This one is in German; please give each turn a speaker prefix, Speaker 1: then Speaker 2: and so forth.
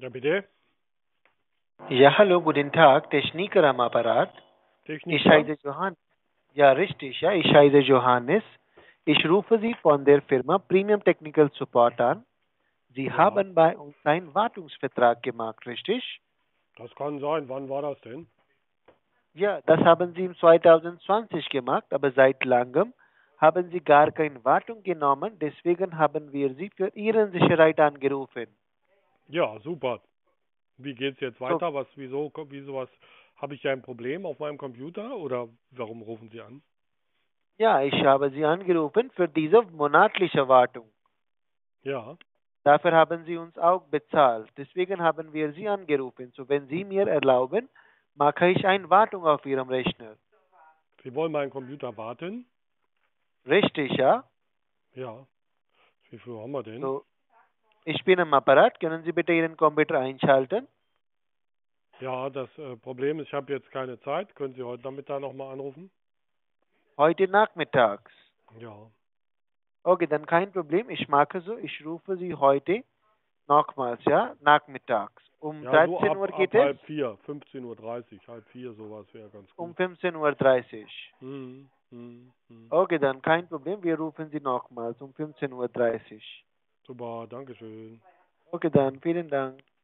Speaker 1: Ja, bitte.
Speaker 2: Ja, hallo, guten Tag. Der Schnieker am Apparat.
Speaker 1: Technik.
Speaker 2: Ich heiße Johannes. Ja, richtig. Ja, ich heiße Johannes. Ich rufe Sie von der Firma Premium Technical Support an. Sie
Speaker 1: Ja.
Speaker 2: haben bei uns einen Wartungsvertrag gemacht, richtig?
Speaker 1: Das kann sein. Wann war das denn?
Speaker 2: Ja, das haben Sie im 2020 gemacht, aber seit langem haben Sie gar keine Wartung genommen. Deswegen haben wir Sie für Ihre Sicherheit angerufen.
Speaker 1: Ja, super. Wie geht's jetzt weiter? Was, wieso, wieso was? Habe ich ja ein Problem auf meinem Computer oder warum rufen Sie an?
Speaker 2: Ja, ich habe Sie angerufen für diese monatliche Wartung.
Speaker 1: Ja,
Speaker 2: Dafür haben Sie uns auch bezahlt. Deswegen haben wir Sie angerufen. So, wenn Sie mir erlauben, mache ich eine Wartung auf Ihrem Rechner.
Speaker 1: Sie wollen meinen Computer warten?
Speaker 2: Richtig, ja?
Speaker 1: Ja. Wie viel haben wir denn?
Speaker 2: So, ich bin am Apparat. Können Sie bitte Ihren Computer einschalten?
Speaker 1: Ja, das äh, Problem ist, ich habe jetzt keine Zeit. Können Sie heute Nachmittag nochmal anrufen?
Speaker 2: Heute Nachmittags.
Speaker 1: Ja.
Speaker 2: Okay, dann kein Problem. Ich mache so. Ich rufe Sie heute nochmals, ja? Nachmittags. Um
Speaker 1: ja,
Speaker 2: 13
Speaker 1: so ab,
Speaker 2: Uhr
Speaker 1: ab
Speaker 2: geht es?
Speaker 1: halb vier, 15.30 Uhr, halb vier, sowas wäre ganz
Speaker 2: Um
Speaker 1: gut.
Speaker 2: 15.30 Uhr.
Speaker 1: Mhm. Mhm. Mhm.
Speaker 2: Okay, dann kein Problem. Wir rufen Sie nochmals um 15.30 Uhr.
Speaker 1: Super, Dankeschön.
Speaker 2: Okay, dann vielen Dank.